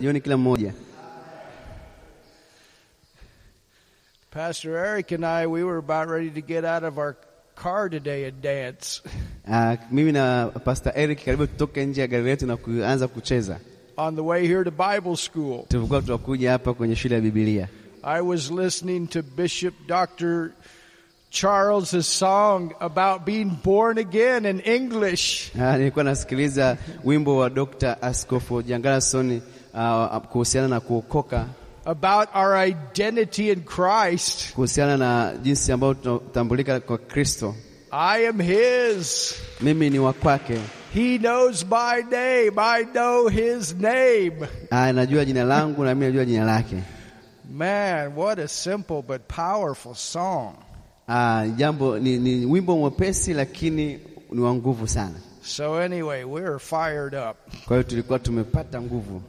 jioni kila mmoja. Pastor Eric and I, we were about ready to get out of our car today and dance. Uh, mimi na Pastor Eric karibu tutoke nje ya gari letu na kuanza kucheza. On the way here to Bible school, Tulikuwa tunakuja hapa kwenye shule ya Biblia. I was listening to Bishop Dr. Charles' song about being born again in English. Uh, nilikuwa nasikiliza wimbo wa Dr. Askofu Jangalasoni uh, kuhusiana na kuokoka, About our identity in Christ. kuhusiana na jinsi ambayo tunatambulika kwa Kristo. I am His. Mimi ni wa kwake, He knows my name. I know His name. anajua Ah, jina langu na mimi najua jina lake. Man, what a simple but powerful song. Ah, jambo ni, ni wimbo mwepesi lakini ni wa nguvu sana. So, anyway, we're fired up. Kwa hiyo tulikuwa tumepata nguvu.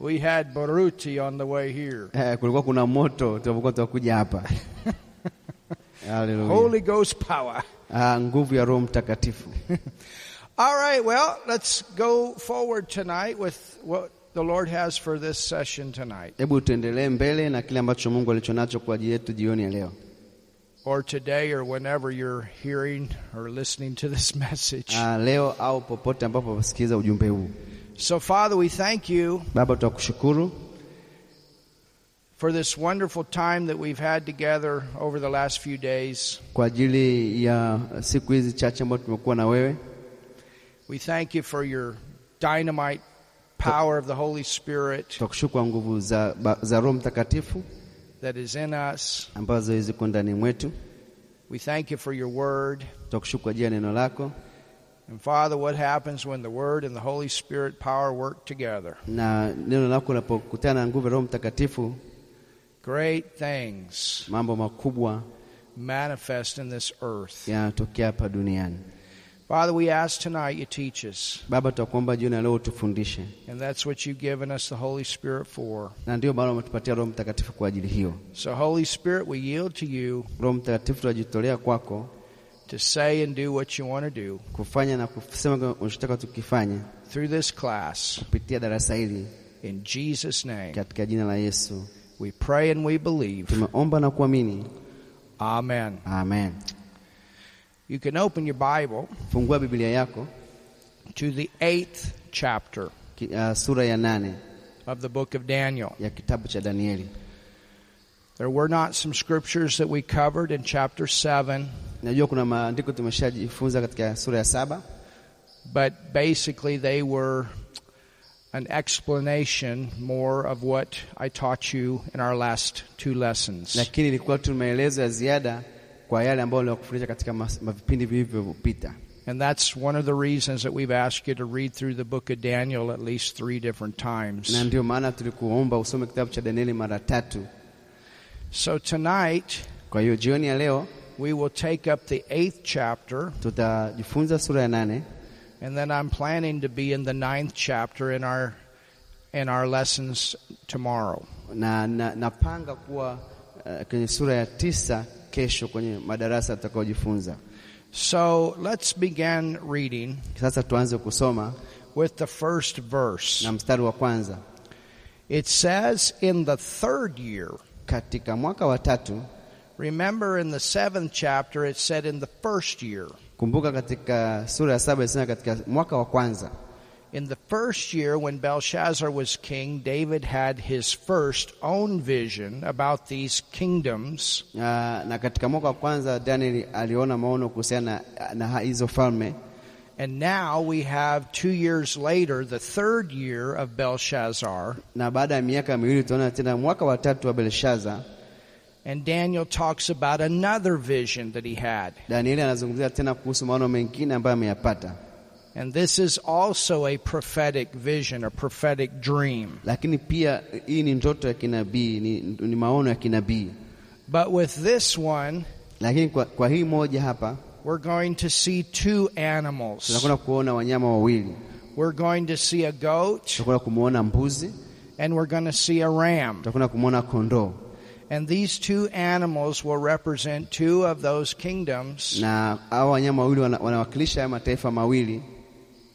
We had Baruti on the way here. Eh, kulikuwa kuna moto tulipokuwa tunakuja hapa. Hallelujah. Holy Ghost power. Ah, nguvu ya Roho Mtakatifu. All right, well, let's go forward tonight with what the Lord has for this session tonight Hebu tuendelee mbele na kile ambacho Mungu alichonacho kwa ajili yetu jioni ya leo. or today or whenever you're hearing or listening to this message. Ah, leo au popote ambapo usikiliza ujumbe huu. So, Father, we thank you Baba, tunakushukuru for this wonderful time that we've had together over the last few days. kwa ajili ya siku hizi chache ambazo tumekuwa na wewe. We thank you for your dynamite power of the Holy Spirit Tunakushukuru kwa nguvu za, ba- za Roho Mtakatifu that is in us. ambazo ziko ndani mwetu. We thank you for your word. Tunakushukuru kwa ajili ya neno lako And Father, what happens when the Word and the Holy Spirit power work together? na neno lako linapokutana na nguvu ya Roho Mtakatifu, Great things mambo makubwa manifest in this earth. yanatokea hapa duniani. Father, we ask tonight you teach us, Baba, tutakuomba jioni ya leo utufundishe, and that's what you've given us the Holy Spirit for. na ndio maana umetupatia Roho Mtakatifu kwa ajili hiyo. So, Holy Spirit, we yield to you Roho Mtakatifu, tunajitolea kwako to say and do what you want to do kufanya na kusema kama unachotaka tukifanye through this class. kupitia darasa hili In Jesus' name, katika jina la Yesu. we pray and we believe. Tumeomba na kuamini, Amen. amen. You can open your Bible Fungua Biblia yako to the eighth chapter ki, uh, sura ya nane of the book of Daniel. ya kitabu cha Danieli. There were not some scriptures that we covered in chapter 7, Najua kuna maandiko tumeshajifunza katika sura ya saba, but basically they were an explanation more of what I taught you in our last two lessons. lakini ilikuwa tu maelezo ya ziada kwa yale ambayo niliwakufundisha katika mas- mavipindi vilivyopita. And that's one of the reasons that we've asked you to read through the book of Daniel at least three different na times. ndio maana tulikuomba usome kitabu cha Danieli mara tatu. So tonight, Kwa hiyo jioni ya leo we will take up the eighth chapter, tutajifunza sura ya nane and then I'm planning to be in the ninth chapter in our, in our lessons tomorrow. na, na napanga kuwa uh, kwenye sura ya tisa kesho kwenye madarasa tutakayojifunza. So let's begin reading Sasa tuanze kusoma with the first verse. na mstari wa kwanza. It says, In the third year. Katika mwaka wa tatu, Remember in the seventh chapter, it said in the first year. kumbuka katika sura ya saba inasema katika mwaka wa kwanza, In the first year, when Belshazzar was king, David had his first own vision about these kingdoms uh, na katika mwaka wa kwanza Danieli aliona maono kuhusiana na, na hizo falme And now we have two years later, the third year of Belshazzar, na baada ya miaka miwili tunaona tena mwaka wa tatu wa Belshaza, and Daniel talks about another vision that he had. Danieli anazungumzia tena kuhusu maono mengine ambayo ameyapata, And this is also a prophetic vision, a prophetic dream. lakini pia hii ni ndoto ya kinabii, ni, ni maono ya kinabii. But with this one, Lakini kwa, kwa hii moja hapa We're going to see two animals. tunakwenda kuona wanyama wawili, We're going to see a goat tutakwenda kumwona mbuzi, and we're going to see a ram. tutakwenda kumwona kondoo, And these two animals will represent two of those kingdoms na hao wanyama wawili wana, wanawakilisha haya mataifa mawili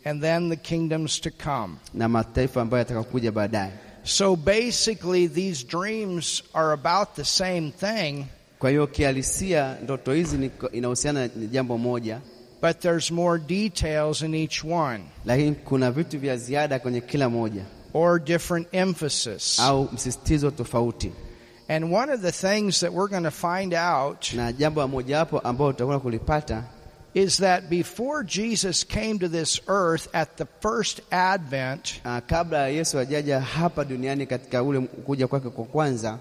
and then the kingdoms to come. na mataifa ambayo yatakayokuja baadaye. So basically, these dreams are about the same thing, Kwa hiyo kihalisia ndoto hizi ni ko- inahusiana na jambo moja, but there's more details in each one lakini kuna vitu vya ziada kwenye kila moja or different emphasis. au msisitizo tofauti, And one of the things that we're going to find out na jambo la mojawapo ambalo tutakwenda kulipata is that before Jesus came to this earth at the first advent, uh, kabla ya Yesu hajaja hapa duniani katika ule kuja kwake kwa kwanza,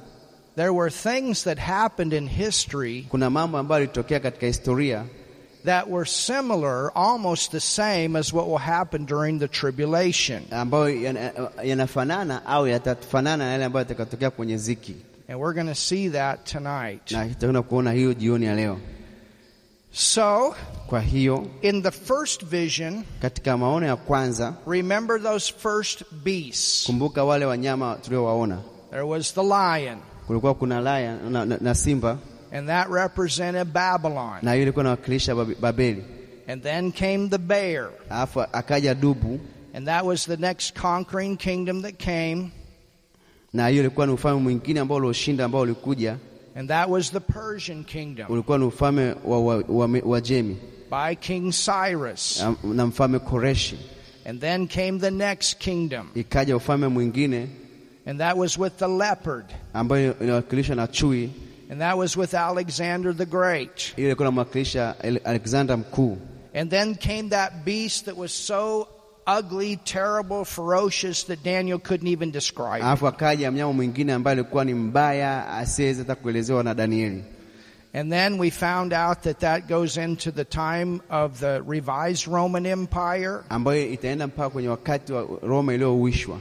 there were things that happened in history kuna mambo ambayo yalitokea katika historia that were similar, almost the same as what will happen during the tribulation. ambayo yana- yanafanana au yatafanana na yale ambayo yatakatokea kwenye ziki, And we're going to see that tonight. na tutakwenda kuona hiyo jioni ya leo. So, Kwa hiyo in the first vision, katika maono ya kwanza, remember those first beasts. kumbuka wale wanyama tuliowaona, There was the lion, kulikuwa kuna laya na, na, na simba and that represented Babylon. na hiyo ilikuwa inawakilisha Bab- Babeli, And then came the bear, alafu akaja dubu and that was the next conquering kingdom that came, na hiyo ilikuwa ni ufalme mwingine ambao ulioshinda ambao ulikuja, and that was the Persian kingdom ulikuwa ni ufalme wa, wa, wa, wa Jemi by King Cyrus. na- na mfalme Koreshi. And then came the next kingdom, Ikaja ufalme mwingine and that was with the leopard, ambayo inawakilishwa na chui, and that was with Alexander the Great. ile ilikuwa inamwakilisha Ale- Alexander Mkuu. And then came that beast that was so ugly, terrible, ferocious that Daniel couldn't even describe. it. Alafu akaja mnyama mwingine ambaye alikuwa ni mbaya asiyeweza hata kuelezewa na Danieli. And then we found out that that goes into the time of the revised Roman Empire. ambayo itaenda mpaka kwenye wakati wa Roma iliyouishwa.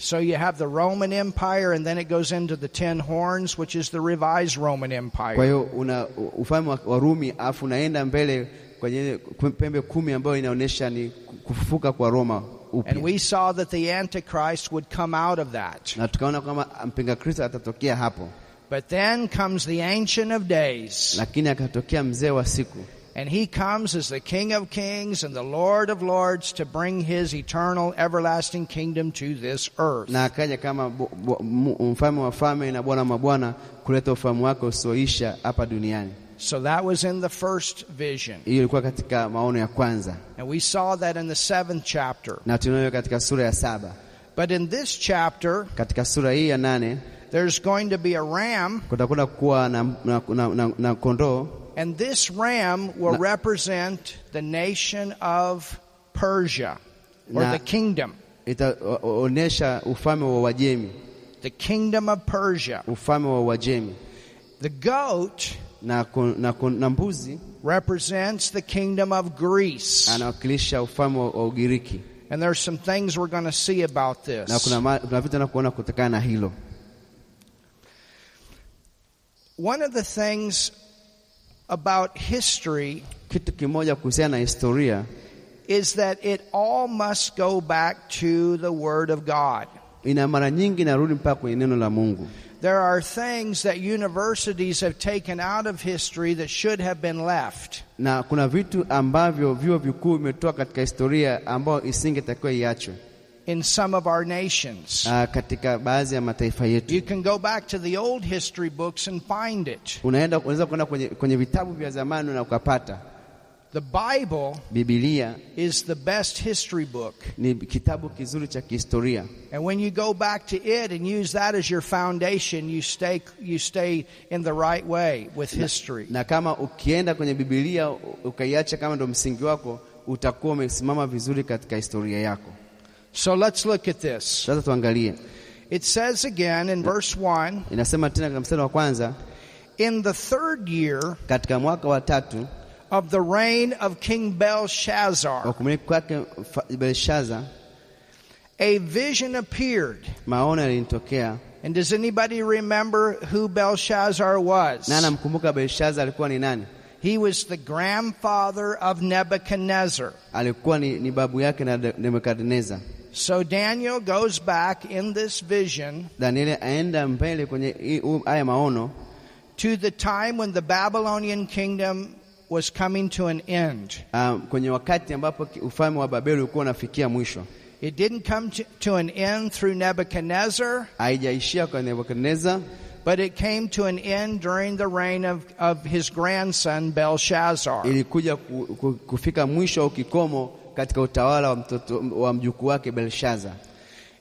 So you have the Roman Empire, and then it goes into the Ten Horns, which is the revised Roman Kwa Empire. hiyo una ufalme wa- wa Rumi afu unaenda mbele kwenye ile ku- pembe kumi ambayo inaonyesha ni ku- kufufuka kwa Roma And upya, we saw that the Antichrist would come out of that. na tukaona kwamba mpinga Kristo atatokea hapo, But then comes the Ancient of Days, lakini akatokea mzee wa siku, and he comes as the King of Kings and the Lord of Lords to bring his eternal, everlasting kingdom to this earth. na akaja kama bo- bo- mu- mfalme wa falme na bwana wa mabwana kuleta ufalme wake usioisha hapa duniani. So that was in the first vision. Hiyo ilikuwa katika maono ya kwanza, And we saw that in the seventh chapter. na tunayo katika sura ya saba. But in this chapter, Katika sura hii ya nane there's going to be a ram, kutakwenda kuwa na, na, na, na, na kondoo and this ram will Na- represent the nation of Persia, or Na- the kingdom, itaonyesha ufalme wa Wajemi, the kingdom of Persia. ufalme wa Wajemi The goat na, kon- na, kon- na mbuzi represents the kingdom of Greece. anawakilisha ufalme wa wa Ugiriki, And there's some things we're going to see about na this. kuna, ma- kuna vitu anakuona kutokana na hilo. One of the things about history Kitu kimoja kuhusiana na historia, is that it all must go back to the Word of God. ina mara nyingi narudi mpaka kwenye neno la Mungu. There are things that universities have taken out of history that should have been left. Na kuna vitu ambavyo vyuo vikuu vimetoa katika historia ambayo isingetakiwa iachwe in some of our nations. ah, katika baadhi ya mataifa yetu. You can go back to the old history books and find it. Unaenda, unaweza kwenda kwenye, kwenye vitabu vya zamani na ukapata The Bible Biblia is the best history book. ni kitabu kizuri cha kihistoria, And when you go back to it and use that as your foundation, you stay you stay in the right way with history. na kama ukienda kwenye Biblia u- ukaiacha kama ndo msingi wako, utakuwa umesimama vizuri katika historia yako. So let's look at this. Sasa tuangalie, It says again in verse 1, inasema tena katika mstari wa kwanza, in the third year katika mwaka wa tatu of the reign of King wa Belshazzar, kumiliki kwake fa- Belshaza, a vision appeared. maono yalinitokea. And does anybody remember who Belshazzar was? Na namkumbuka Belshaza alikuwa ni nani? He was the grandfather of Nebuchadnezzar. Alikuwa ni, ni babu yake na De- Nebukadneza. So Daniel goes back in this vision Danieli aenda mbele kwenye hii- huu- haya maono to the time when the Babylonian kingdom was coming to an end. ah, um, kwenye wakati ambapo ki- ufalme wa Babeli ulikuwa unafikia mwisho. It didn't come to, to an end through Nebuchadnezzar, haijaishia kwa Nebukadneza, but it came to an end during the reign of, of his grandson Belshazzar. ilikuja ku, ku, kufika mwisho au kikomo katika utawala wa, mtoto, wa mjukuu wake Belshaza.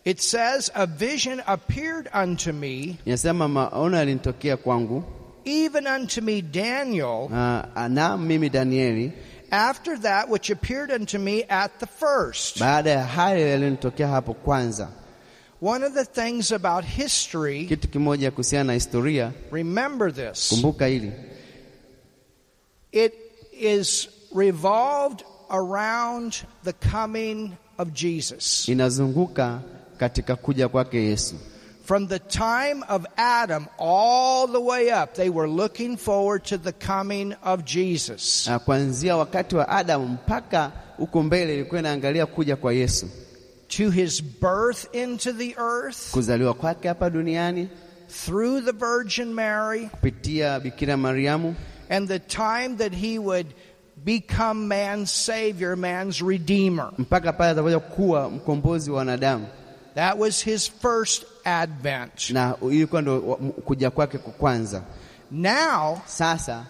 It says, A vision appeared unto me, Inasema maono yalinitokea kwangu even unto me Daniel, uh, na mimi Danieli, after that which appeared unto me at the first. baada ya hayo yaliyonitokea hapo kwanza. One of the things about history, Kitu kimoja kuhusiana na historia, remember this, kumbuka hili it is revolved around the coming of Jesus. inazunguka katika kuja kwake Yesu. From the time of Adam all the way up, they were looking forward to the coming of Jesus. Na kuanzia wakati wa Adamu mpaka huko mbele ilikuwa inaangalia kuja kwa Yesu, To his birth into the earth, kuzaliwa kwake hapa duniani through the Virgin Mary, kupitia Bikira Mariamu and the time that he would become man's Savior, man's Redeemer. mpaka pale atakuja kuwa mkombozi wa wanadamu, That was his first advent. na ilikuwa ndo wa- m- kuja kwake kwa kwanza. Now, Sasa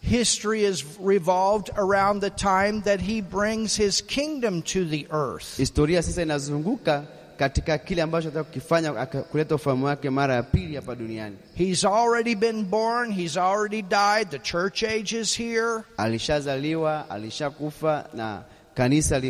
history is revolved around the time that he brings his kingdom to the earth. historia sasa inazunguka katika kile ambacho ataka kukifanya aka- kuleta ufalme wake mara ya pili hapa duniani. He's already been born, he's already died, the church age is here. Alishazaliwa, alishakufa na kanisa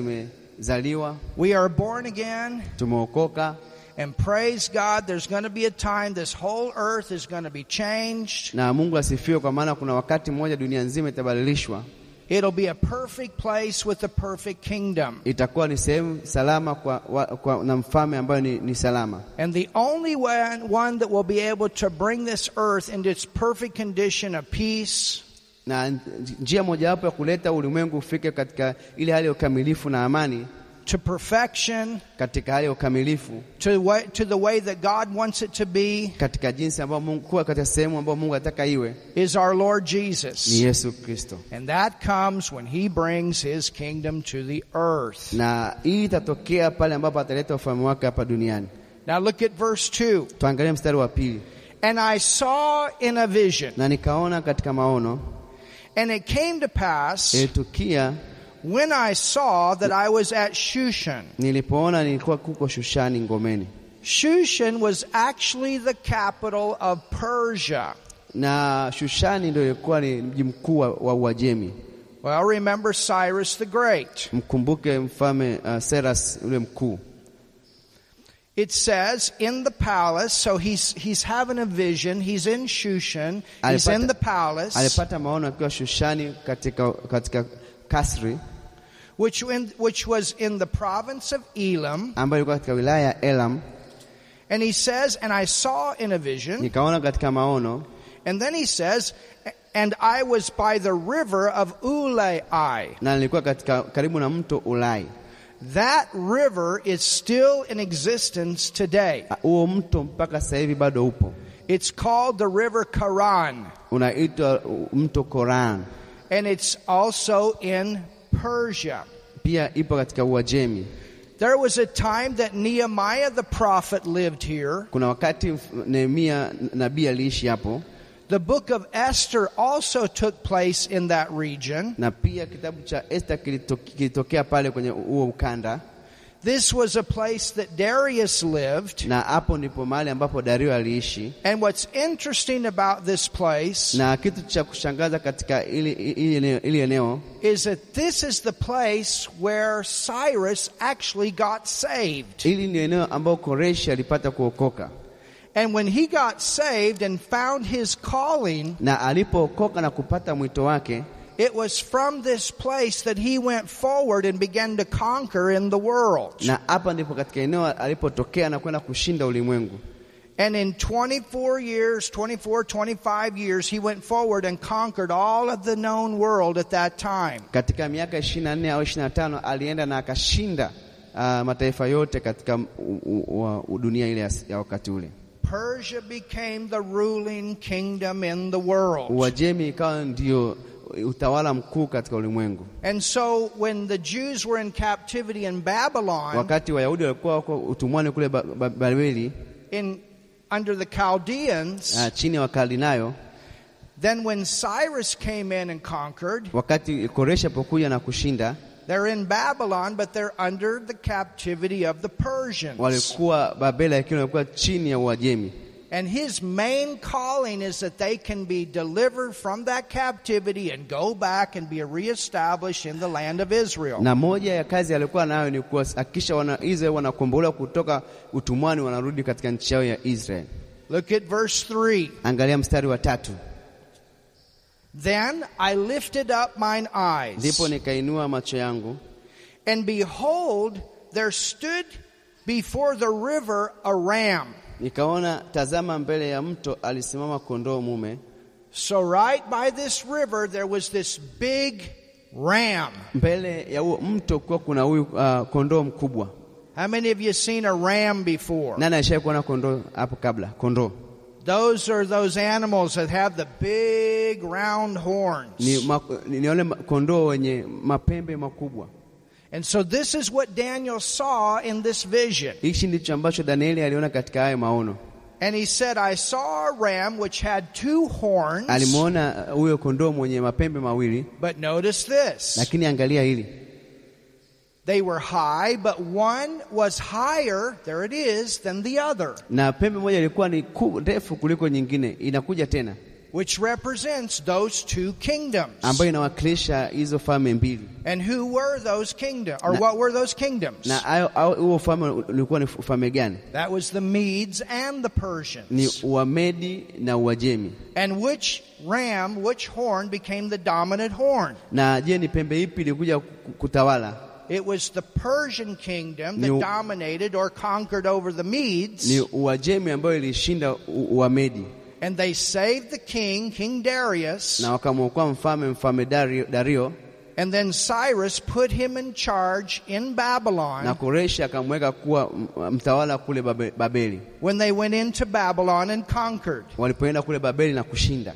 limezaliwa, We are born again, tumeokoka and praise God, there's going to be a time this whole earth is going to be changed. na Mungu asifiwe, kwa maana kuna wakati mmoja dunia nzima itabadilishwa, It'll be a perfect place with a perfect kingdom. itakuwa ni sehemu salama kwa, wa, kwa, na mfalme ambayo ni, ni salama, And the only one, one that will be able to bring this earth into its perfect condition of peace na nj- njia mojawapo ya kuleta ulimwengu ufike katika ile hali ya ukamilifu na amani, to perfection, katika hali ya ukamilifu, to, wa- to the way that God wants it to be, katika jinsi ambayo Mungu kuwa katika sehemu ambayo Mungu anataka iwe is our Lord ni Jesus. Yesu Kristo, And that comes when He brings His kingdom to the earth. na hii itatokea pale ambapo ataleta ufalme wake hapa duniani. Now look at verse 2. Tuangalie mstari wa pili. And I saw in a vision, Na nikaona katika maono and it came to pass ilitukia, when I saw that I was at Shushan. nilipoona nilikuwa kuko Shushani ngomeni Shushan was actually the capital of Persia. na Shushani ndio ilikuwa ni mji mkuu wa wa Uajemi. Well, remember Cyrus the Great. Mkumbuke mfalme uh, Seras yule mkuu. It says in the palace, so he's he's having a vision. He's in Shushan. He's Alipata- in the palace, Alipata maono akiwa Shushani katika, katika kasri which in, which was in the province of Elam. ambayo ilikuwa katika wilaya ya Elam. And he says, and I saw in a vision. Nikaona katika maono, And then he says, and I was by the river of Ulai. na nilikuwa katika karibu na mto Ulai. That river is still in existence today. Ah, Huo mto mpaka sasa hivi bado upo, It's called the River Karan, unaitwa uh, mto Koran, and it's also in Persia. pia ipo katika Uajemi. There was a time that Nehemiah the prophet lived here. Kuna wakati mf- Nehemia n- nabii aliishi hapo, The book of Esther also took place in that region. na pia kitabu cha Esta kilitokea pale kwenye huo ukanda, This was a place that Darius lived. na hapo ndipo mahali ambapo Dario aliishi. And what's interesting about this place Na kitu cha kushangaza katika hili hili eneo, hili eneo is that this is the place where Cyrus actually got saved. hili ni eneo ambao Koreshi alipata kuokoka, And when he got saved and found his calling, na alipookoka na kupata mwito wake it was from this place that he went forward and began to conquer in the world. na hapa ndipo katika eneo alipotokea na kwenda kushinda ulimwengu. And in 24 years, 24, 25 years, he went forward and conquered all of the known world at that time. Katika miaka 24 au 25 alienda na akashinda uh, mataifa yote katika u, u, wa- u, dunia ile ya, s- ya wakati ule. Persia became the ruling kingdom in the world. Uajemi ikawa ndio utawala mkuu katika ulimwengu. And so when the Jews were in captivity in Babylon, Wakati Wayahudi walikuwa wako utumwani kule Ba- Ba- Babeli in under the Chaldeans, ah, chini ya Wakaldayo, then when Cyrus came in and conquered, wakati Koresha alipokuja na kushinda, they're in Babylon, but they're under the captivity of the Persians. walikuwa Babeli, lakini walikuwa chini ya Uajemi, And his main calling is that they can be delivered from that captivity and go back and be reestablished in the land of Israel. na moja ya kazi aliyokuwa nayo ni kuhakikisha wana Israeli wanakombolewa kutoka utumwani, wanarudi katika nchi yao ya Israeli. Look at verse 3. Angalia mstari wa tatu. Then I lifted up mine eyes, Ndipo nikainua macho yangu and behold, there stood before the river a ram. nikaona, tazama, mbele ya mto alisimama kondoo mume. So, right by this river, there was this big ram. Mbele ya huo mto kuwa kuna huyu uh, kondoo mkubwa. How many of you seen a ram before? Nani alishawahi kuona kondoo hapo kabla? Kondoo Those are those animals that have the big round ni, horns. ma, ni, ni wale ma- kondoo wenye mapembe makubwa. And so, this is what Daniel saw in this vision. Hichi ndicho ambacho Danieli aliona katika haya maono. And he said, I saw a ram which had two horns, Alimwona uh, huyo kondoo mwenye mapembe mawili, but notice this. lakini angalia hili, They were high, but one was higher, there it is, than the other, na pembe moja ilikuwa ni ku- ndefu kuliko nyingine. Inakuja tena, which represents those two kingdoms. ambayo inawakilisha hizo falme mbili, And who were those kingdoms? Or Na- what were those kingdoms? na hayo- hao- huo falme ulikuwa ni falme gani? That was the Medes and the Ni Persians. Uamedi na Uajemi. And which ram, which horn became the dominant horn? Na je, ni pembe ipi ilikuja ku- kutawala? It was the Persian kingdom that Ni- dominated or conquered over the Medes. Ni Uajemi ambayo ilishinda U- Uamedi And they saved the king, King Darius. na wakamwokoa mfalme mfalme Dario, Dario And then Cyrus put him in charge in Babylon. na Koreshi akamweka kuwa m- mtawala kule Babe- Babeli. when they went into Babylon and conquered. Walipoenda kule Babeli na kushinda.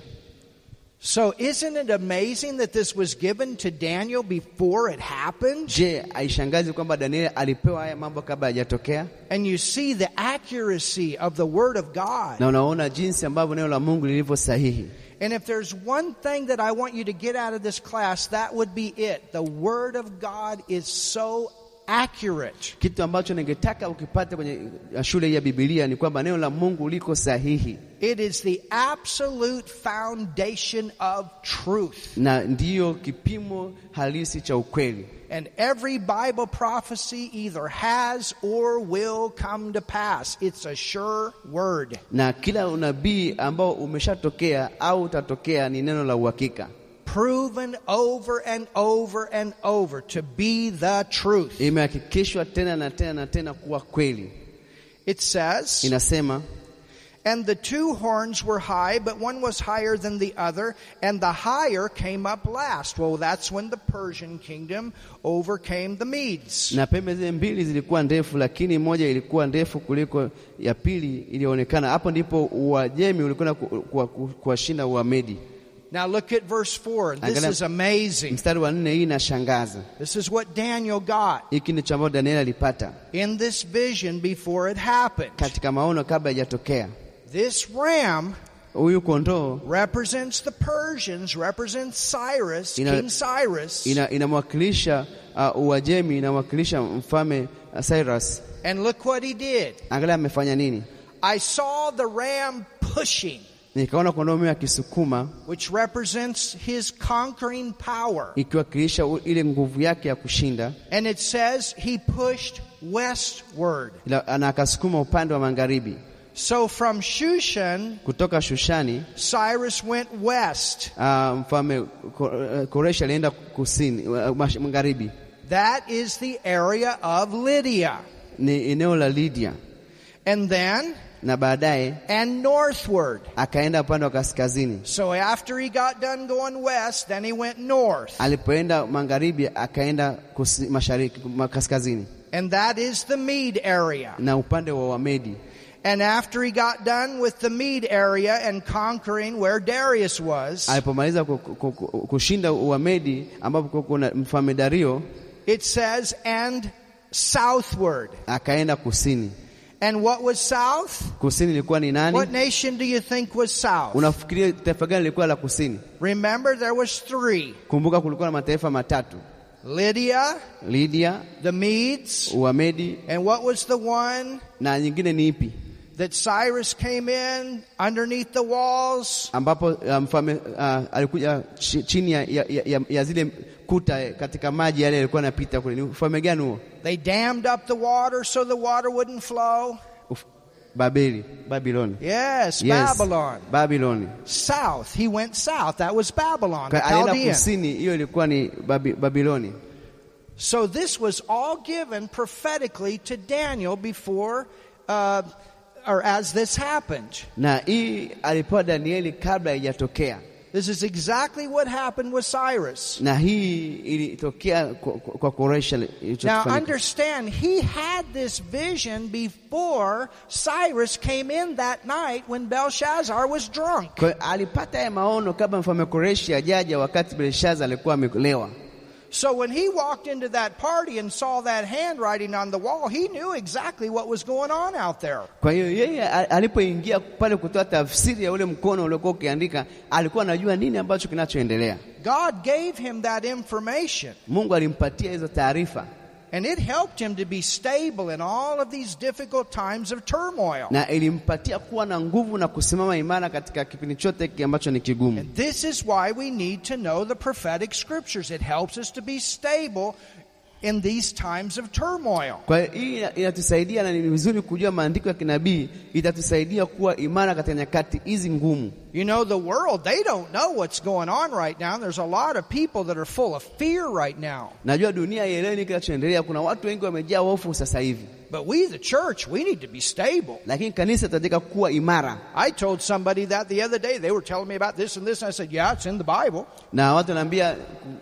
So, isn't it amazing that this was given to Daniel before it happened? Je, haishangazi kwamba Danieli alipewa haya mambo kabla hajatokea? And you see the accuracy of the Word of God. Na unaona jinsi ambavyo neno la Mungu lilivyo sahihi. And if there's one thing that I want you to get out of this class, that would be it. The Word of God is so accurate. Kitu ambacho ningetaka ukipate kwenye uh, shule hii ya Biblia ni kwamba neno la Mungu liko sahihi It is the absolute foundation of truth. na ndiyo kipimo halisi cha ukweli. And every Bible prophecy either has or will come to pass. It's a sure word. na kila unabii ambao umeshatokea au utatokea ni neno la uhakika, proven over and over and over to be the truth. imehakikishwa tena na tena na tena kuwa kweli. It says, Inasema And the two horns were high, but one was higher than the other, and the higher came up last. Well, that's when the Persian kingdom overcame the Medes. na pembe zile mbili zilikuwa ndefu, lakini moja ilikuwa ndefu kuliko ya pili iliyoonekana. Hapo ndipo Uajemi ulikwenda ku- ku- ku- kuwashinda Uamedi. Now look at verse 4. This Angalia- is amazing. Mstari wa nne, hii inashangaza. This is what Daniel got Hiki ndicho ambacho Danieli alipata in this vision before it happened. katika maono kabla hajatokea. This ram Huyu kondoo represents the Persians, represents Cyrus, Ina- King Cyrus. ina- inamwakilisha uh, Uajemi, inamwakilisha mfalme uh, Cyrus. And look what he did. Angalia amefanya nini? I saw the ram pushing, Nikaona kondoo mume akisukuma which represents his conquering power. ikiwakilisha u- ile nguvu yake ya kushinda, And it says he pushed westward. ila- na akasukuma upande wa magharibi So from Shushan, kutoka Shushani. Cyrus went west. Uh, mfalme Ko- eh, Koreshi alienda kusini wa- mash- magharibi, That is the area of Lydia. ni eneo la Lydia, And then, na baadaye and northward. akaenda upande wa kaskazini. So after he got done going west, then he went north. Alipoenda magharibi, akaenda kusi, mashariki ma- kaskazini, And that is the Mede area. na upande wa Wamedi. And after he got done with the Mede area and conquering where Darius was, alipomaliza ku- ku- ku- kushinda Uamedi ambapo kulikuwa kuna mfalme Dario it says, and southward. akaenda kusini. And what was south? Kusini ilikuwa ni nani? What nation do you think was south? Unafikiria taifa gani lilikuwa la kusini? Remember, there was three: Kumbuka kulikuwa na mataifa matatu: Lydia, Lydia, the Medes, Uamedi and what was the one na nyingine ni ipi? that Cyrus came in underneath the walls? ambapo uh, mfalme uh, alikuja chi- chini ya, ya, ya, ya zile kuta eh, katika maji yale yalikuwa yanapita kule. Ni ufalme gani huo? They dammed up the water so the water wouldn't flow. Uf- Babeli, Babiloni. Yes, Yes. Babylon. Babyloni. South. He went south. That was Babylon, the Ka- Alienda Chaldean. kusini, hiyo ilikuwa ni Babi, Babiloni. So this was all given prophetically to Daniel before, uh, or as this happened. Na hii alipewa Danieli kabla haijatokea, This is exactly what happened with Cyrus. na hii ilitokea kwa, kwa kwa Koresha Now ilichofanyika. understand, he had this vision before Cyrus came in that night when Belshazzar was drunk. Kwa hiyo alipata haya maono kabla mfalme Koreshi ajaja, wakati Belshaza alikuwa amelewa. So when he walked into that party and saw that handwriting on the wall, he knew exactly what was going on out there. Kwa hiyo yeye a- alipoingia pale kutoa tafsiri ya ule mkono uliokuwa ukiandika, alikuwa anajua nini ambacho kinachoendelea. God gave him that information. Mungu alimpatia hizo taarifa And it helped him to be stable in all of these difficult times of turmoil. na ilimpatia kuwa na nguvu na kusimama imara katika kipindi chote ki- ambacho ni kigumu. This is why we need to know the prophetic scriptures. It helps us to be stable in these times of turmoil. Kwa hiyo hii ina- inatusaidia na ni vizuri kujua maandiko ya kinabii, itatusaidia kuwa imara katika nyakati hizi ngumu. You know, the world, they don't know what's going on right now. There's a lot of people that are full of fear right now. Najua dunia haielewi nini kinachoendelea, kuna watu wengi wamejaa hofu sasa hivi, But we, the church, we need to be stable. lakini kanisa tunataka kuwa imara. I told somebody that the other day. They were telling me about this and this. And I said, Yeah, it's in the Bible. Na watu wanaambia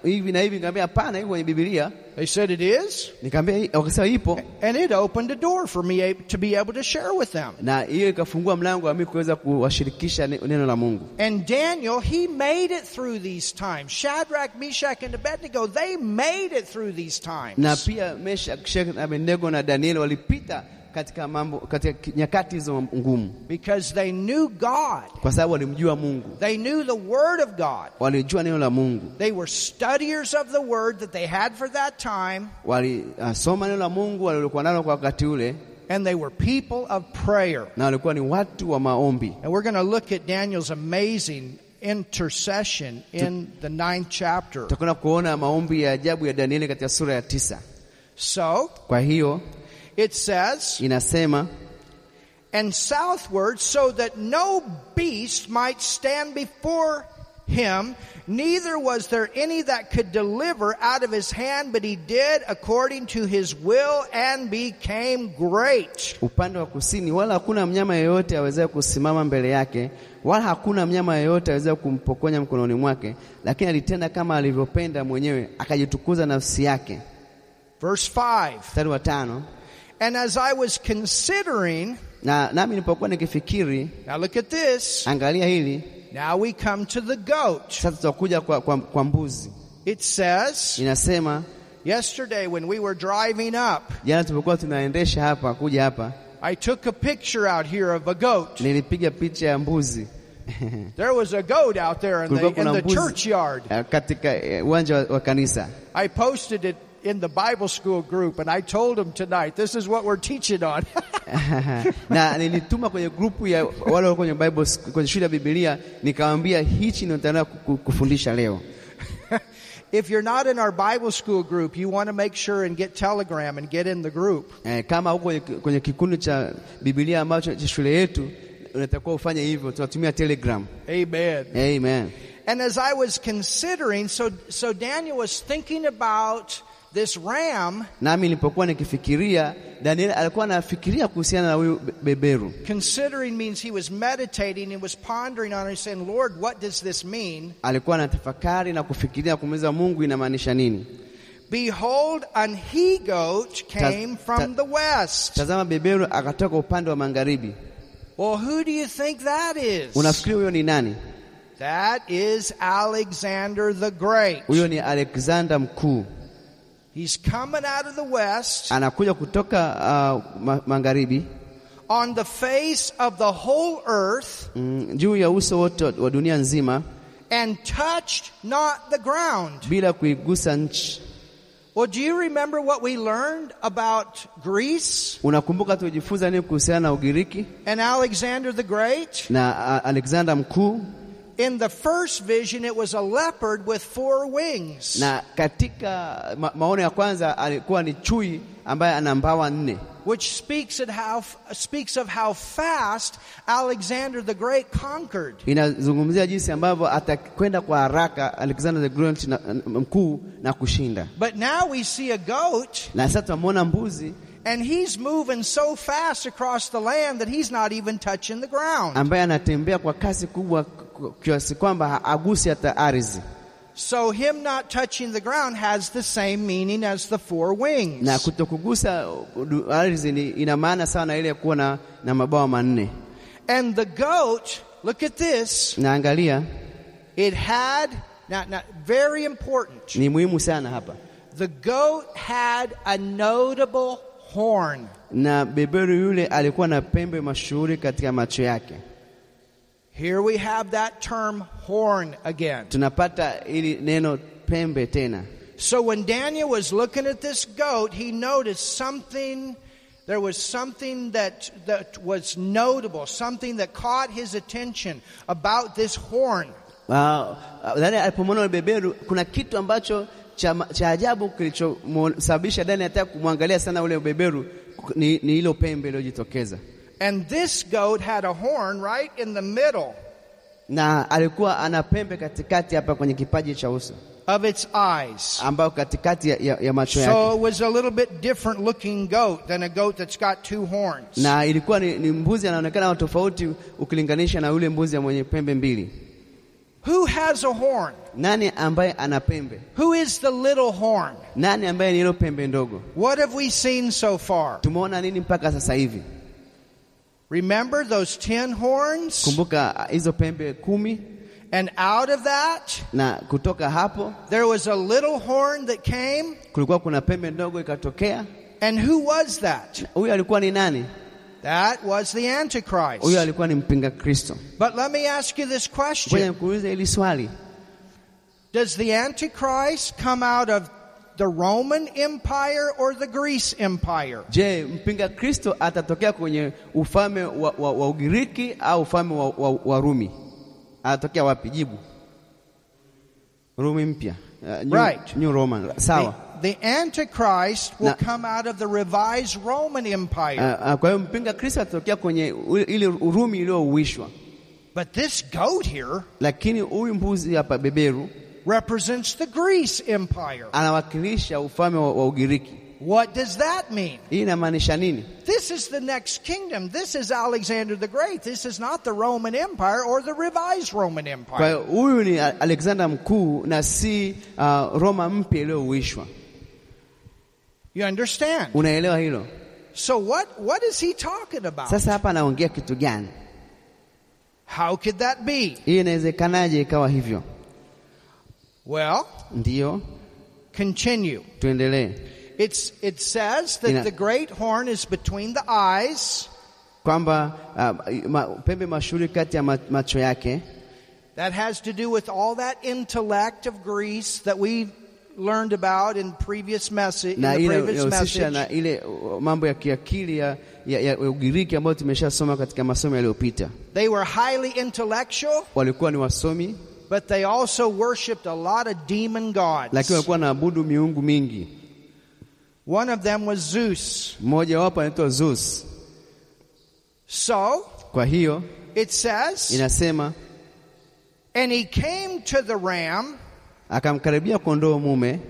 hivi na hivi, nikamwambia hapana, hii kwenye Biblia. They said, It is. Nikamwambia hii- wakasema ipo, And it opened a door for me ab- to be able to share with them. na hiyo ikafungua mlango wa mimi kuweza kuwashirikisha ne- neno la Mungu. And Daniel, he made it through these times. Shadrach, Meshach, and Abednego, they made it through these times. Na pia Meshak, Shek, na Abednego na Danieli walipita katika mambo katika ki- nyakati hizo ngumu, Because they knew God. kwa sababu walimjua Mungu, They knew the Word of God. walijua neno la Mungu, They were studiers of the Word that they had for that time. walisoma ah, neno la Mungu walilokuwa nalo kwa wakati ule, And they were people of prayer. na walikuwa ni watu wa maombi. And we're going to look at Daniel's amazing intercession in the ninth chapter. Tutakwenda kuona maombi ya ajabu ya Danieli katika sura ya tisa. So Kwa hiyo it says, inasema and southward, so that no beast might stand before him, neither was there any that could deliver out of his hand, but he did according to his will and became great. upande wa kusini, wala hakuna mnyama yeyote awezaye kusimama mbele yake, wala hakuna mnyama yeyote awezaye kumpokonya mkononi mwake. Lakini alitenda kama alivyopenda mwenyewe, akajitukuza nafsi yake. Verse 5. Mstari wa tano. And as I was considering, Na nami nilipokuwa nikifikiri, now look at this, angalia hili now we come to the goat. sasa, tutakuja kwa, kwa, kwa mbuzi. It says, Inasema Yesterday, when we were driving up, jana tulipokuwa tunaendesha hapa kuja hapa, I took a picture out here of a goat. nilipiga picha ya mbuzi There was a goat out there in the, Kulikuwa in kuna the mbuzi churchyard. eh, katika eh, uwanja wa, wa kanisa. I posted it in the Bible school group, and I told them tonight, this is what we're teaching on. na nilituma kwenye grupu ya wale walio kwenye Bible sch- kwenye shule ya Biblia, nikawaambia hichi ndio nitaenda ku- kufundisha leo. if you're not in our Bible school group, you want to make sure and get Telegram and get in the group. Eh, kama huko kwenye, kwenye kikundi cha Biblia ambacho cha shule yetu unatakiwa ufanye hivyo, tunatumia Telegram. Amen. Amen. And as I was considering, so, so Daniel was thinking about this ram, Nami nilipokuwa nikifikiria, Daniel alikuwa anafikiria kuhusiana na huyu be- beberu. considering means he was meditating and was pondering on it, saying, Lord, what does this mean? Alikuwa anatafakari na kufikiria kumuuliza Mungu inamaanisha nini. Behold, an he goat came ta- from the west. Tazama, beberu akatoka upande wa magharibi Well, who do you think that is? Unafikiri huyo ni nani? That is Alexander the Great. Huyo ni Alexander Mkuu, He's coming out of the west anakuja kutoka uh, ma magharibi on the face of the whole earth mm, juu ya uso wote wa- wa dunia nzima and touched not the ground. bila kuigusa nchi. Well, do you remember what we learned about Greece Unakumbuka tulijifunza nini kuhusiana na Ugiriki and Alexander the Great? na uh, Alexander Mkuu? In the first vision, it was a leopard with four wings. Na katika ma maono ya kwanza alikuwa ni chui ambaye ana mbawa nne, which speaks of how speaks of how fast Alexander the Great conquered. inazungumzia jinsi ambavyo atakwenda kwa haraka Alexander the Great na, mkuu na kushinda. But now we see a goat, Na sasa tunamwona mbuzi and he's moving so fast across the land that he's not even touching the ground. ambaye anatembea kwa kasi kubwa ku- kiasi kwamba haagusi hata ardhi, So him not touching the ground has the same meaning as the four na wings. kutokugusa du- ardhi ni- ina maana sawa na ile ya kuwa na, na mabawa manne. And the goat, look at this, Na angalia, it had not not very important. ni muhimu sana hapa, The goat had a notable horn. na beberu yule alikuwa na pembe mashuhuri katika macho yake. Here we have that term horn again. Tunapata ili neno pembe tena. So when Daniel was looking at this goat, he noticed something. There was something that, that was notable, something that caught his attention about this horn. Ah, ah, Daniel alipomwona yule beberu, kuna kitu ambacho cha, ma- cha ajabu kilichosababisha Daniel ataka kumwangalia sana ule beberu ni, ni ilo pembe iliyojitokeza. And this goat had a horn right in the middle na alikuwa ana pembe katikati hapa kwenye kipaji cha uso of its eyes. ambayo katikati ya, ya, ya macho So yake it was a little bit different looking goat than a goat that's got two horns. na ilikuwa ni, ni mbuzi anaonekana wa tofauti ukilinganisha na yule mbuzi mwenye pembe mbili. Who has a horn? Nani ambaye ana pembe? Who is the little horn? Nani ambaye ni hilo pembe ndogo? What have we seen so far? Tumeona nini mpaka sasa hivi? Remember those ten horns? Kumbuka ah, hizo pembe kumi, And out of that, na kutoka hapo There was a little horn that came, kulikuwa kuna pembe ndogo ikatokea. and who was that? Huyu alikuwa ni nani? That was the Huyu Antichrist. alikuwa ni mpinga Kristo. But let me ask you this Ngoja question nikuulize hili swali, Does the Antichrist come out of the Roman Empire or the Greece Empire? Je, mpinga Kristo atatokea kwenye ufalme wa, wa, wa Ugiriki au ufalme wa, wa, wa Rumi? Atatokea wapi? Jibu, Rumi mpya. Uh, new, Right. new Roman. The, Sawa. the Antichrist will Na- come out of the revised Roman Empire. Uh, uh, kwa hiyo mpinga Kristo atatokea kwenye ule- ile Urumi iliyouishwa, But this goat here lakini huyu mbuzi hapa beberu represents the Greece Empire. anawakilisha ufalme wa, wa Ugiriki. What does that mean? Hii inamaanisha nini? This is the next kingdom. This is Alexander the Great. This is not the Roman Empire or the revised Roman Kwa Empire. hiyo huyu ni Alexander mkuu na si uh, Roma mpya iliyouishwa. You understand? Unaelewa hilo? So what what is he talking about? Sasa hapa anaongea kitu gani? How could that be? Hii inawezekanaje ikawa hivyo? Well, Ndiyo, continue. tuendelee. It's it says that Ina- the great horn is between the eyes. Kwamba uh, ma, pembe mashuhuri kati ya ma, macho yake That has to do with all that intellect of Greece that we learned about in previous message in na the ile previous inahusisha na message. ile uh, mambo ya kiakili ya, ya, ya Ugiriki ambayo tumeshasoma katika masomo yaliyopita. They were highly intellectual, Walikuwa ni wasomi, but they also worshipped a lot of demon gods. lakini walikuwa wanaabudu miungu mingi. One of them was Zeus. Mmoja wapo anaitwa Zeus. So Kwa hiyo it says, inasema and he came to the ram akamkaribia kondoo mume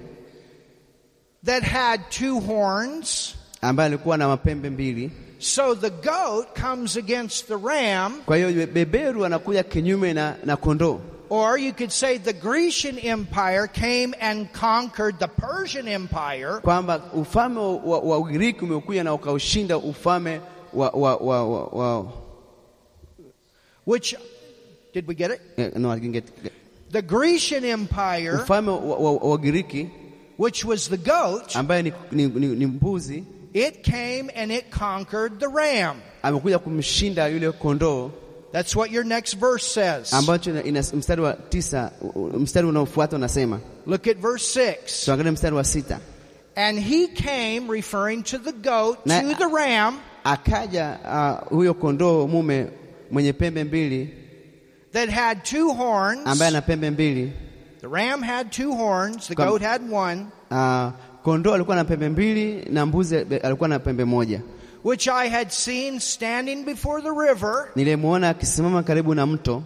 that had two horns. ambaye alikuwa na mapembe mbili. So the goat comes against the ram, Kwa hiyo beberu anakuja kinyume na, na kondoo. or you could say the Grecian Empire came and conquered the Persian Empire, kwamba ufalme wa, wa Ugiriki umekuja na ukaushinda ufalme wa, wa, wa, wa, wa, which did we get it? Eh, no, I didn't get- The Grecian Empire, Ufalme wa, wa, wa Giriki which was the goat, ambaye ni, ni, ni, ni mbuzi it came and it conquered the ram. amekuja kumshinda yule kondoo, That's what your next verse says. ambacho ina, ina, mstari wa tisa, u- u- mstari unaofuata unasema, Look at verse 6. tuangalie mstari wa sita. And he came, referring to the goat, Na- to the ram, Akaja uh, huyo kondoo mume mwenye pembe mbili that had two horns. ambaye ana pembe mbili. The ram had two horns, the Come. goat had one, Uh, kondoo alikuwa na pembe mbili na mbuzi eh, alikuwa na pembe moja. which I had seen standing before the river. Nilimuona akisimama karibu na mto,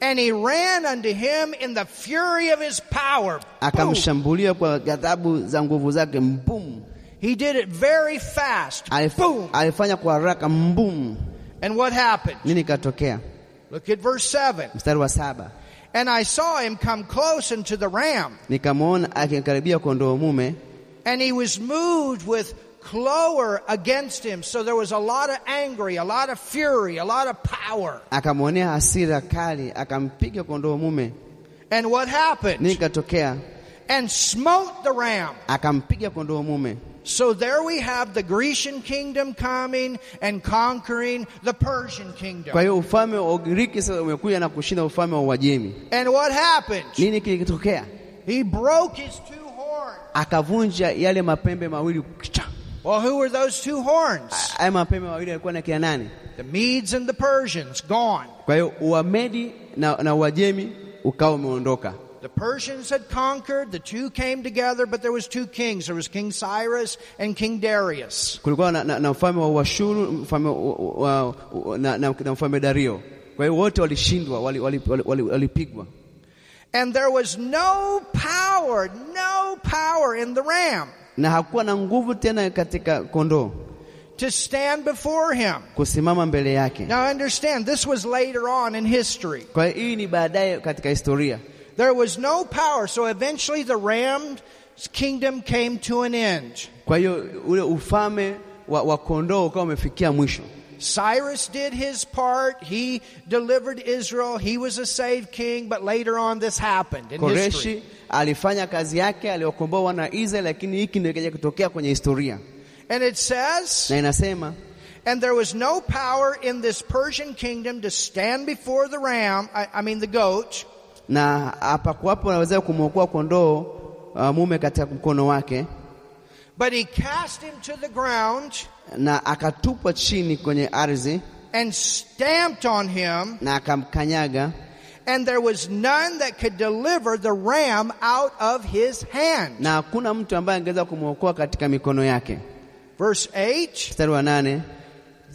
And he ran unto him in the fury of his power. Boom. akamshambulia kwa ghadhabu za nguvu zake, mbum. He did it very fast. Alif, Boom. alifanya kwa haraka, mbum. And what happened? Nini katokea? Look at verse 7. Mstari wa saba, And I saw him come close unto the ram, nikamwona akikaribia kondoo mume, and he was moved with clover against him. So there was a lot of anger, a lot of fury, a lot of power. akamwonea hasira kali, akampiga kondoo mume. And what Nini happened? katokea? And smote the ram. Akampiga kondoo mume. So there we have the Grecian kingdom coming and conquering the Persian Kwa kingdom. hiyo ufalme wa Ugiriki sasa umekuja na kushinda ufalme wa Uajemi. And what happened? Nini kilitokea? He broke his two horns. Akavunja yale mapembe mawili. Kicha! Well, who were those two horns? Haya mapembe mawili yalikuwa na kina nani? The Medes and the Persians gone. Kwa hiyo Uamedi na, na Uajemi ukawa umeondoka. The Persians had conquered, the two came together, but there was two kings. There was King Cyrus and King Darius. Kulikuwa na, na, na ufalme wa Uashuru mfalme wa- wa, wa, na, na, na mfalme Dario. Kwa hiyo wote walishindwa, walipigwa wali, wali, wali, walipigwa. And there was no power, no power in the ram na hakuwa na nguvu tena katika kondoo to stand before him. kusimama mbele yake. Now understand, this was later on in history. Kwa hiyo hii ni baadaye katika historia. There was no power, so eventually the ram's kingdom came to an end. Kwa hiyo ule ufalme wa, wa kondoo ukawa umefikia mwisho. Cyrus did his part. He delivered Israel. He was a saved king, but later on this happened in Koreshi history. alifanya kazi yake, aliwakomboa wana wa Israeli, lakini hiki ndio kikaja kutokea kwenye historia, And it says, na inasema and there was no power in this Persian kingdom to stand before the ram, I, I mean the goat, na hapakuwapo anaweza kumwokoa kondoo uh, mume katika mkono wake, but he cast him to the ground na akatupwa chini kwenye ardhi and stamped on him, na akamkanyaga, and there was none that could deliver the ram out of his hand. na hakuna mtu ambaye angeweza kumwokoa katika mikono yake. Verse 8 Mstari wa nane,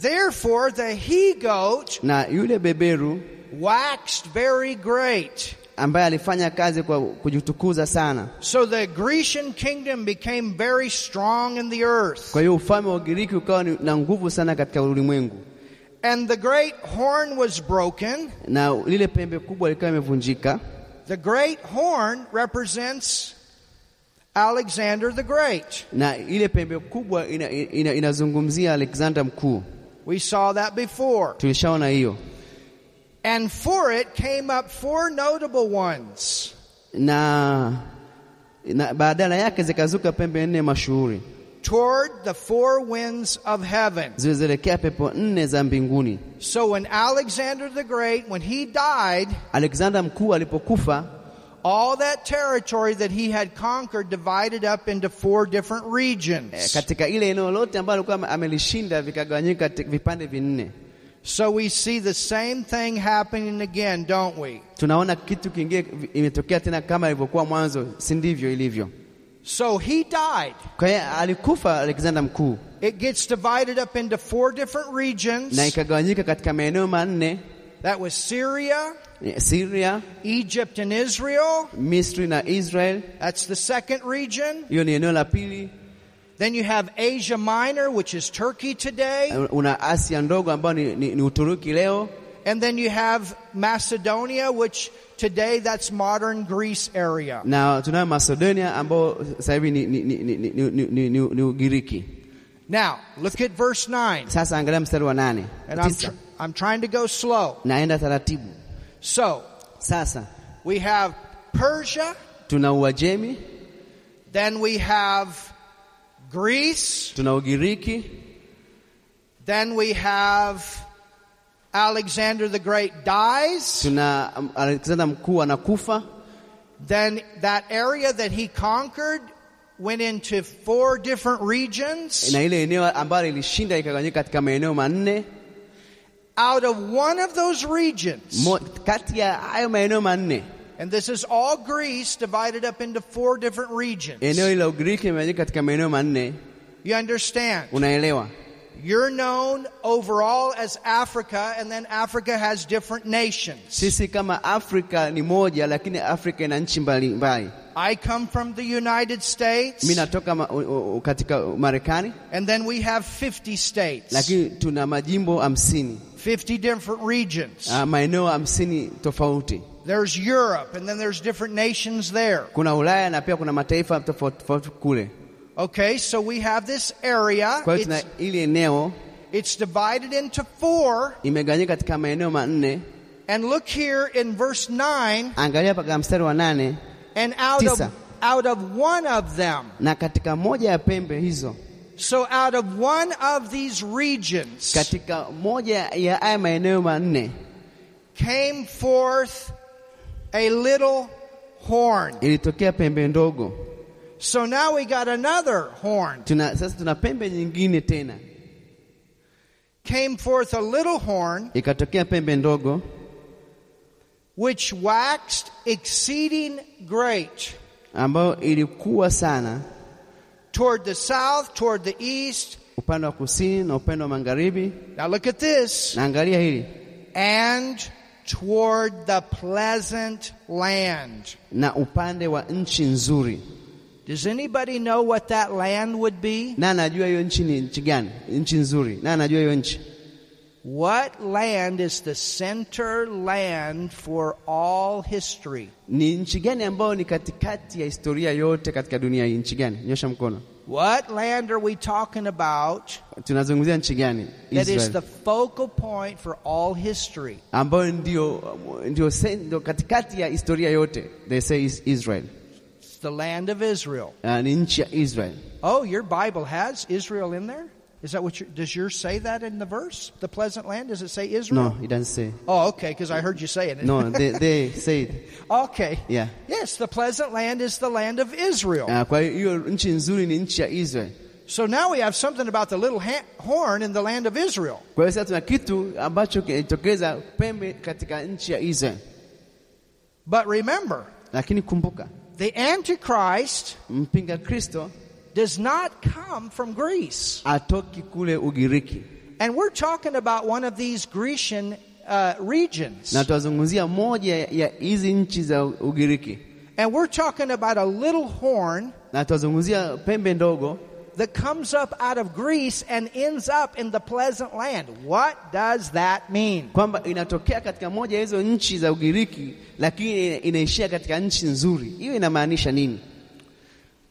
Therefore the he goat na yule beberu waxed very great. ambaye alifanya kazi kwa kujitukuza sana. So the Grecian kingdom became very strong in the earth. Kwa hiyo ufalme wa Ugiriki ukawa ni- na nguvu sana katika ulimwengu, And the great horn was broken. na lile pembe kubwa likawa imevunjika. The great horn represents Alexander the Great. na ile pembe kubwa ina, ina, inazungumzia Alexander Mkuu. We saw that before. Tulishaona hiyo, And for it came up four notable ones. na, na badala yake zikazuka pembe nne mashuhuri Toward the four winds of heaven. zilizoelekea pepo nne za mbinguni. So when Alexander the Great, when he died, Alexander Mkuu alipokufa, all that territory that he had conquered divided up into four different eh, regions. katika ile eneo lote ambalo alikuwa ame- amelishinda vikagawanyika te- vipande vinne. So we see the same thing happening again, don't we? Tunaona kitu kingine vi- imetokea tena kama ilivyokuwa mwanzo, si ndivyo ilivyo? So he died. Kwa hiyo alikufa Alexander Mkuu It gets divided up into four different regions. na ikagawanyika katika maeneo manne: That was Syria, eh, Syria, Egypt, and Israel. Misri na Israel. That's the second region. Hiyo ni eneo la pili. Then you have Asia Minor, which is Turkey today. eh, una Asia ndogo ambayo ni, ni, ni Uturuki leo, And then you have Macedonia, which today that's modern Greece area. na tunayo Macedonia ambao sasa hivi ni, ni, ni, ni, ni, ni, ni, ni, ni Ugiriki. Now, look at verse 9. Sasa angalia mstari wa nane And I'm, tisa. I'm trying to go slow. naenda taratibu. So Sasa we have Persia, tuna Uajemi, then we have Greece, tuna Ugiriki, then we have Alexander the Great dies. tuna um, Alexander mkuu anakufa, Then that area that he conquered went into four different regions. na ile eneo ambalo ilishinda ikagawanyika katika maeneo manne. Out of one of those regions, Mo, kati ya hayo maeneo manne, and this is all Greece divided up into four different eneo regions. hili la Ugiriki limegawanyika katika maeneo manne. You understand? Unaelewa? You're known overall as Africa, and then Africa has different nations. Sisi kama Afrika ni moja, lakini Afrika ina nchi mbalimbali. I come from the United Mimi States, natoka ma, u, u, katika Marekani, and then we have 50 states, lakini tuna majimbo hamsini 50 different regions. ah, maeneo hamsini tofauti. There's Europe, and then there's different nations there. Kuna Ulaya na pia kuna mataifa tofauti tofauti kule. Okay, so we have this area. Kwa hiyo It's, tuna ili eneo it's divided into four. imegawanyika katika maeneo manne. And look here in verse 9, Angalia paka mstari wa nane, and out Tisa. of, out of one of them. na katika moja ya pembe hizo, So out of one of these regions katika moja ya haya maeneo manne came forth a little horn. ilitokea pembe ndogo. So now we got another horn. Tuna, sasa tuna pembe nyingine tena, Came forth a little horn, ikatokea pembe ndogo which waxed exceeding great ambayo ilikuwa sana toward the south, toward the east. upande wa kusini na upande wa magharibi. Now look at this. Na angalia hili, and toward the pleasant land. na upande wa nchi nzuri. Does anybody know what that land would be? Na anajua hiyo nchi ni nchi gani? Nchi nzuri. Na anajua hiyo nchi What land is the center land for all history? ni nchi gani ambayo ni katikati ya historia yote katika dunia hii? Nchi gani? Nyosha mkono. What land are we talking about Tunazungumzia nchi gani? that is Israel. the focal point for all history? ambayo ndio ndio sen- ndio katikati ya historia yote. They say is Israel. It's the land of Israel. Uh, ni nchi ya Israel. Oh, your Bible has Israel in there? Is that what your, does yours say that in the verse? The pleasant land? Does it say Israel? No, it doesn't say. Oh, okay, because I heard you saying it. No, they, they say it. Okay. Yeah. Yes, the pleasant land is the land of Israel. Uh, kwa hiyo hiyo nchi nzuri ni nchi ya Israel. So now we have something about the little ha- horn in the land of Israel. Kwa hiyo sasa tuna kitu ambacho kinatokeza pembe katika nchi ya Israel. But remember, Lakini kumbuka, the Antichrist mpinga Kristo does not come from Greece. atoki kule Ugiriki, And we're talking about one of these Grecian uh, regions. na tutazungumzia moja ya hizi nchi za Ugiriki, And we're talking about a little horn na tutazungumzia pembe ndogo that comes up out of Greece and ends up in the pleasant land. What does that mean? kwamba inatokea katika moja ya hizo nchi za Ugiriki, lakini inaishia katika nchi nzuri. Hiyo inamaanisha nini?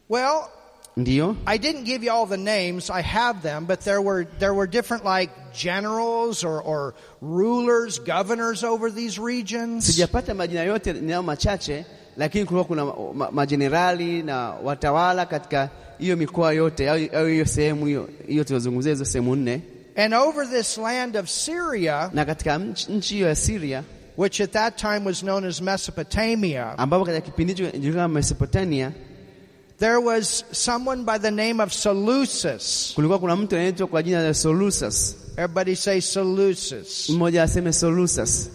Well, Ndiyo, I didn't give you all the names. I have them, but there were there were different like generals or, or rulers, governors over these regions. sijapata majina yote, ninayo machache, lakini kulikuwa kuna ma- ma- majenerali na watawala katika hiyo mikoa yote au au hiyo sehemu hiyo hiyo, tulizozungumzia hizo sehemu nne, And over this land of Syria, na katika nchi nchi hiyo ya Syria which at that time was known as Mesopotamia, ambapo katika kipindi hicho inajulikana kama Mesopotamia, there was someone by the name of Seleucus. kulikuwa kuna mtu anaitwa kwa jina la Seleucus. Everybody say Seleucus. Mmoja aseme Seleucus,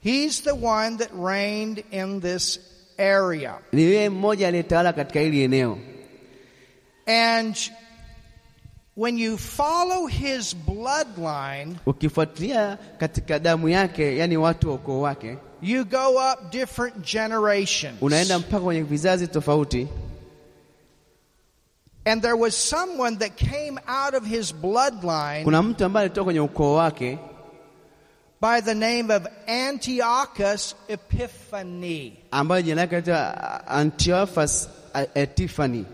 He's the one that reigned in this area. ni yeye mmoja aliyetawala katika hili eneo. And when you follow his bloodline, Ukifuatilia katika damu yake, yani watu wa ukoo wake, You go up different generations. unaenda mpaka kwenye vizazi tofauti, And there was someone that came out of his bloodline kuna mtu ambaye alitoka kwenye ukoo wake by the name of Antiochus Epiphany. ambaye jina lake anaitwa eh, Antiophas Epifani.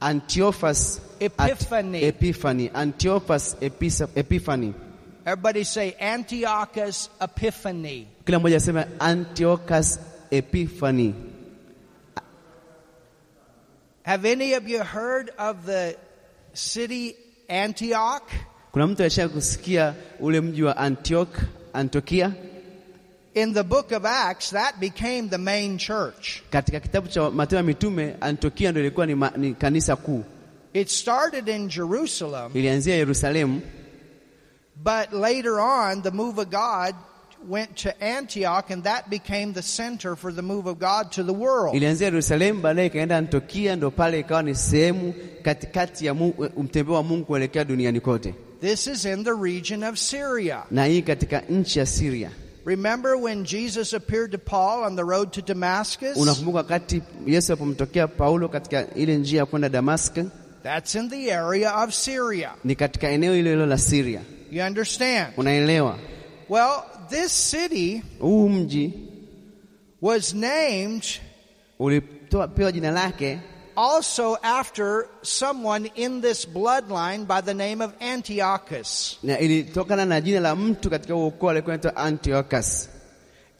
Antiophas Epiphany. Epifani. Antiophas Episa- Epifani. Everybody say Antiochus Epiphany. Kila mmoja asema Antiochus Epiphany. Have any of you heard of the city Antioch? Kuna mtu alisha kusikia ule mji wa Antioch, Antiokia? In the book of Acts, that became the main church. Katika kitabu cha Mathayo ya Mitume, Antiokia ndio ilikuwa ni, ma, ni kanisa kuu. It started in Jerusalem, Ilianzia Yerusalemu, but later on, the move of God went to Antioch, and that became the center for the move of God to the world. ilianzia Yerusalemu, baadaye ikaenda Antiokia, ndio pale ikawa ni sehemu katikati ya Mungu- mtembeo wa Mungu kuelekea duniani kote, This is in the region of Syria. na hii katika nchi ya Siria. Remember when Jesus appeared to Paul on the road to Damascus? Unakumbuka wakati Yesu alipomtokea Paulo katika ile njia ya kwenda Damascus, That's in the area of Syria. ni katika eneo hilo hilo la Siria. You understand? Unaelewa? Well, this city Huu mji was named ulitoa pewa jina lake also after someone in this bloodline by the name of Antiochus. na ilitokana na jina la mtu katika huo ukoo alikuwa anaitwa Antiochus,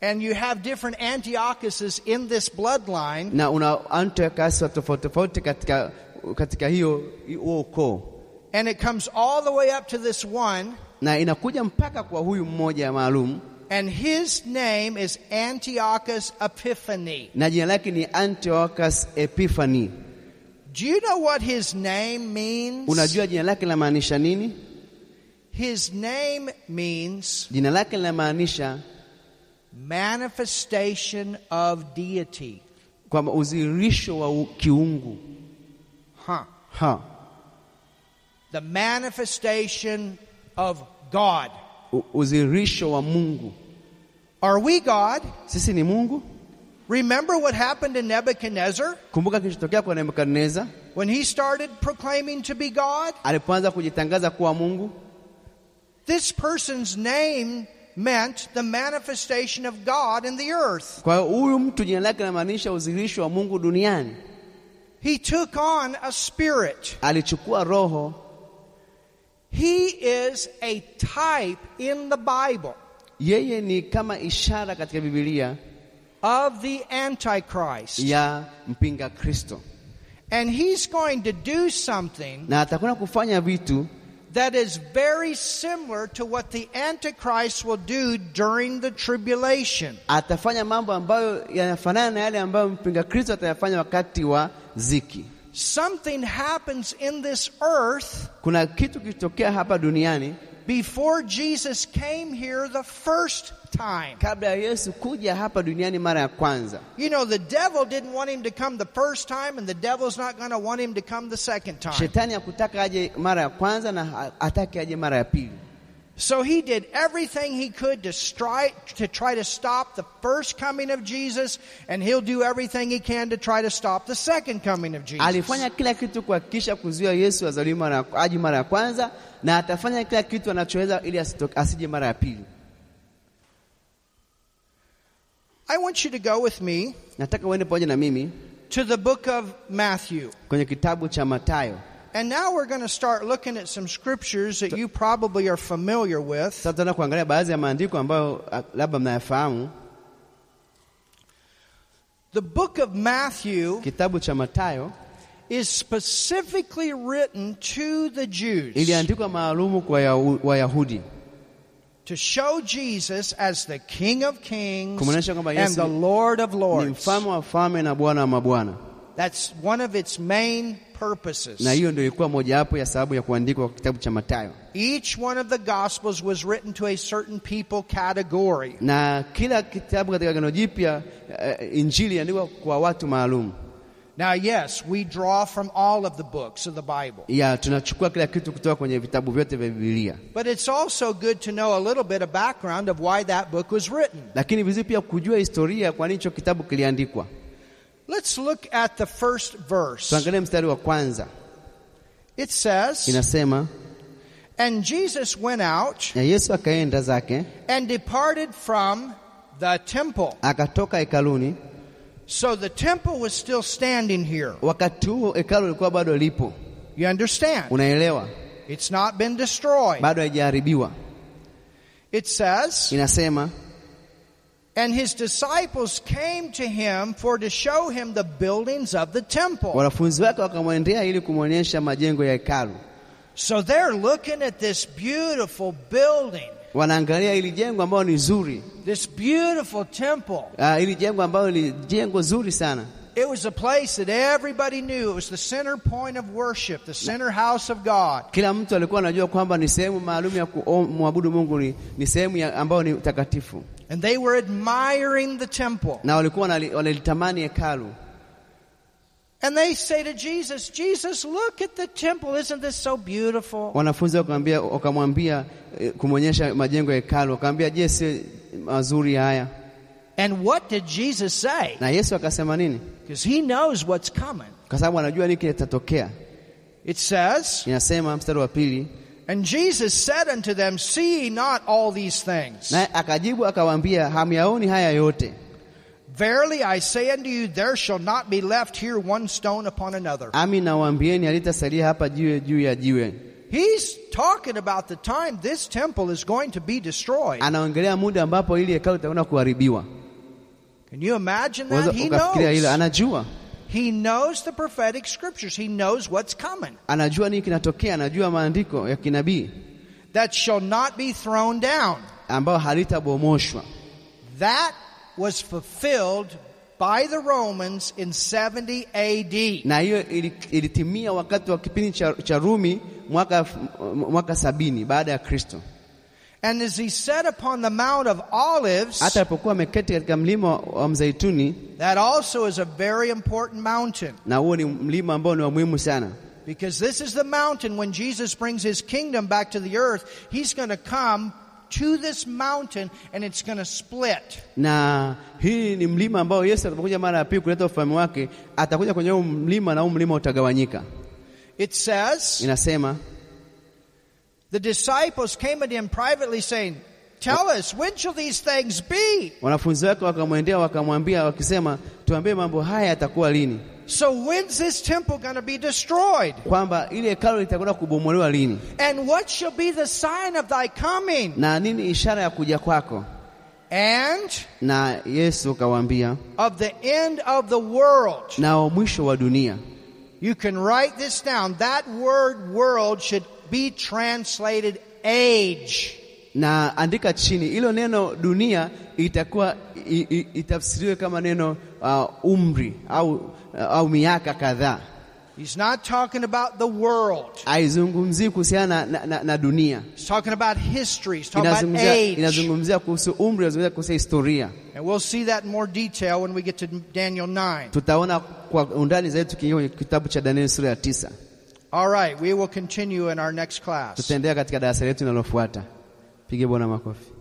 And you have different Antiochuses in this bloodline, na una Antiochus wa tofauti tofauti katika katika hiyo huo ukoo, and it comes all the way up to this one, na inakuja mpaka kwa huyu mmoja maalum, and his name is Antiochus Epiphany. na jina lake ni Antiochus Epiphany. Do you know what his name means? Unajua jina lake linamaanisha nini? His name means Jina lake linamaanisha manifestation of deity. kwamba udhihirisho wa u- kiungu Huh. ha. The manifestation of God. U- udhihirisho wa Mungu. Are we God? Sisi ni Mungu. Remember what happened to Nebuchadnezzar Kumbuka kilichotokea kwa Nebukadneza when he started proclaiming to be God? alipoanza kujitangaza kuwa Mungu. This person's name meant the manifestation of God in the earth. Kwa hiyo huyu mtu jina lake linamaanisha udhihirisho wa Mungu duniani. He took on a spirit. Alichukua roho, He is a type in the Bible yeye ni kama ishara katika Biblia of the Antichrist. ya mpinga Kristo, And he's going to do something na atakwenda kufanya vitu that is very similar to what the Antichrist will do during the tribulation. atafanya mambo ambayo yanafanana na yale ambayo mpinga Kristo atayafanya wakati wa ziki. Something happens in this earth Kuna kitu kilitokea hapa duniani before Jesus came here the first time. kabla ya Yesu kuja hapa duniani mara ya kwanza. You know, the devil didn't want him to come the first time, and the devil's not going to want him to come the second time. Shetani hakutaka aje mara ya kwanza na ha- hataki aje mara ya pili. So he did everything he could to strike to try to stop the first coming of Jesus, and he'll do everything he can to try to stop the second coming of Jesus. Alifanya kila kitu kuhakikisha kuzuia Yesu azaliwe mara ya- aje mara ya kwanza, na atafanya kila kitu anachoweza ili asito- asije mara ya pili. I want you to go with me Nataka uende pamoja na mimi to the book of Matthew. kwenye kitabu cha Mathayo. And now we're going to start looking at some scriptures that you probably are familiar with. Sasa tutaenda kuangalia baadhi ya maandiko ambayo ah, labda mnayafahamu. The book of Matthew Kitabu cha Mathayo is specifically written to the Jews iliandikwa maalumu kwa Yahu- Wayahudi to show Jesus as the King of Kings Kumwonyesha kwamba and Yesu the Lord of ni Lords. mfalme wa falme na bwana wa mabwana, That's one of its main na purposes. hiyo ndio ilikuwa mojawapo ya sababu ya kuandikwa kwa kitabu cha Mathayo. Each one of the Gospels was written to a certain people category. na kila kitabu katika Agano Jipya uh, Injili iliandikwa kwa watu maalum. Now, yes, we draw from all of the books of the Bible. Ya tunachukua kila kitu kutoka kwenye vitabu vyote vya Biblia, But it's also good to know a little bit of background of why that book was written. lakini vizuri pia kujua historia kwa nini hicho kitabu kiliandikwa. Let's look at the first verse. Tuangalie mstari wa kwanza, It says, inasema And Jesus went out na Yesu akaenda zake and departed from the temple. akatoka hekaluni. So the temple was still standing here. Wakati huo hekalu lilikuwa bado lipo, You understand? unaelewa, It's not been destroyed. bado haijaharibiwa. It says, inasema And his disciples came to him for to show him the buildings of the temple. wanafunzi wake wakamwendea ili kumwonyesha majengo ya hekalu. So they're looking at this beautiful building, Wanaangalia ili jengo ambalo ni zuri, this beautiful temple. uh, ili jengo ambalo ni jengo zuri sana, It was a place that everybody knew. It was the center point of worship, the center house of God. kila mtu alikuwa anajua kwamba ni sehemu maalum ya kumwabudu Mungu, ni, ni sehemu ya- ambayo ni takatifu, And they were admiring the temple. na walikuwa wanali- wanalitamani hekalu. And they say to Jesus, Jesus, look at the temple. Isn't this so beautiful? Wanafunzi wakamwambia wakamwambia eh, kumwonyesha majengo ya hekalu, wakamwambia je, si mazuri haya? And what did Jesus say? Na Yesu akasema nini? Because he knows what's coming. Kwa sababu anajua nini kitatokea. It says, Inasema mstari wa pili, And Jesus said unto them, See ye not all these things. naye akajibu akawaambia, hamyaoni haya yote? Verily I say unto you, there shall not be left here one stone upon another. Ami nawaambieni, halitasalia hapa jiwe juu ya jiwe. He's talking about the time this temple is going to be destroyed. Anaongelea muda ambapo ili hekalu litakwenda kuharibiwa. Can you imagine Unaweza that? He ukafikiria hilo. knows. Anajua, He knows the prophetic scriptures. He knows what's coming. anajua nini kinatokea, anajua maandiko ya kinabii That shall not be thrown down. ambayo halitabomoshwa. That was fulfilled by the Romans in 70 AD. na hiyo ili- ilitimia wakati wa kipindi cha, cha Rumi mwaka, elfu- mwaka sabini baada ya Kristo. And as he sat upon the Mount of Olives, Hata alipokuwa ameketi katika mlima wa Mzeituni, That also is a very important mountain na huo ni mlima ambao ni wa muhimu sana, because this is the mountain when Jesus brings his kingdom back to the earth, he's going to come to this mountain and it's going to split. na hii ni mlima ambao Yesu atakapokuja mara ya pili kuleta ufalme wake, atakuja kwenye huu mlima na huu mlima utagawanyika. It says, Inasema the disciples came unto him privately saying, Tell us, when shall these things be? wanafunzi wake wakamwendea wakamwambia wakisema, tuambie mambo haya yatakuwa lini, So when's this temple going to be destroyed? kwamba ile hekalu litakwenda kubomolewa lini, And what shall be the sign of thy coming? na nini ishara ya kuja kwako. And Na Yesu kawaambia, of the end of the world. na wa mwisho wa dunia. You can write this down. That word world should be translated age. Na andika chini ilo neno dunia, itakuwa i- i- itafsiriwe kama neno uh, umri au, uh, au miaka kadhaa. He's not talking about the world. Haizungumzii kuhusiana na, na, na dunia, He's talking about history. He's talking about inazungumzia age. inazungumzia kuhusu umri, inazungumzia kuhusu historia. And we'll see that in more detail when we get to Daniel 9. Tutaona kwa undani zaidi tukiingia kwenye kitabu cha Danieli sura ya tisa. All right, we will continue in our next class. Tutaendelea katika darasa letu linalofuata. Pige Bwana makofi.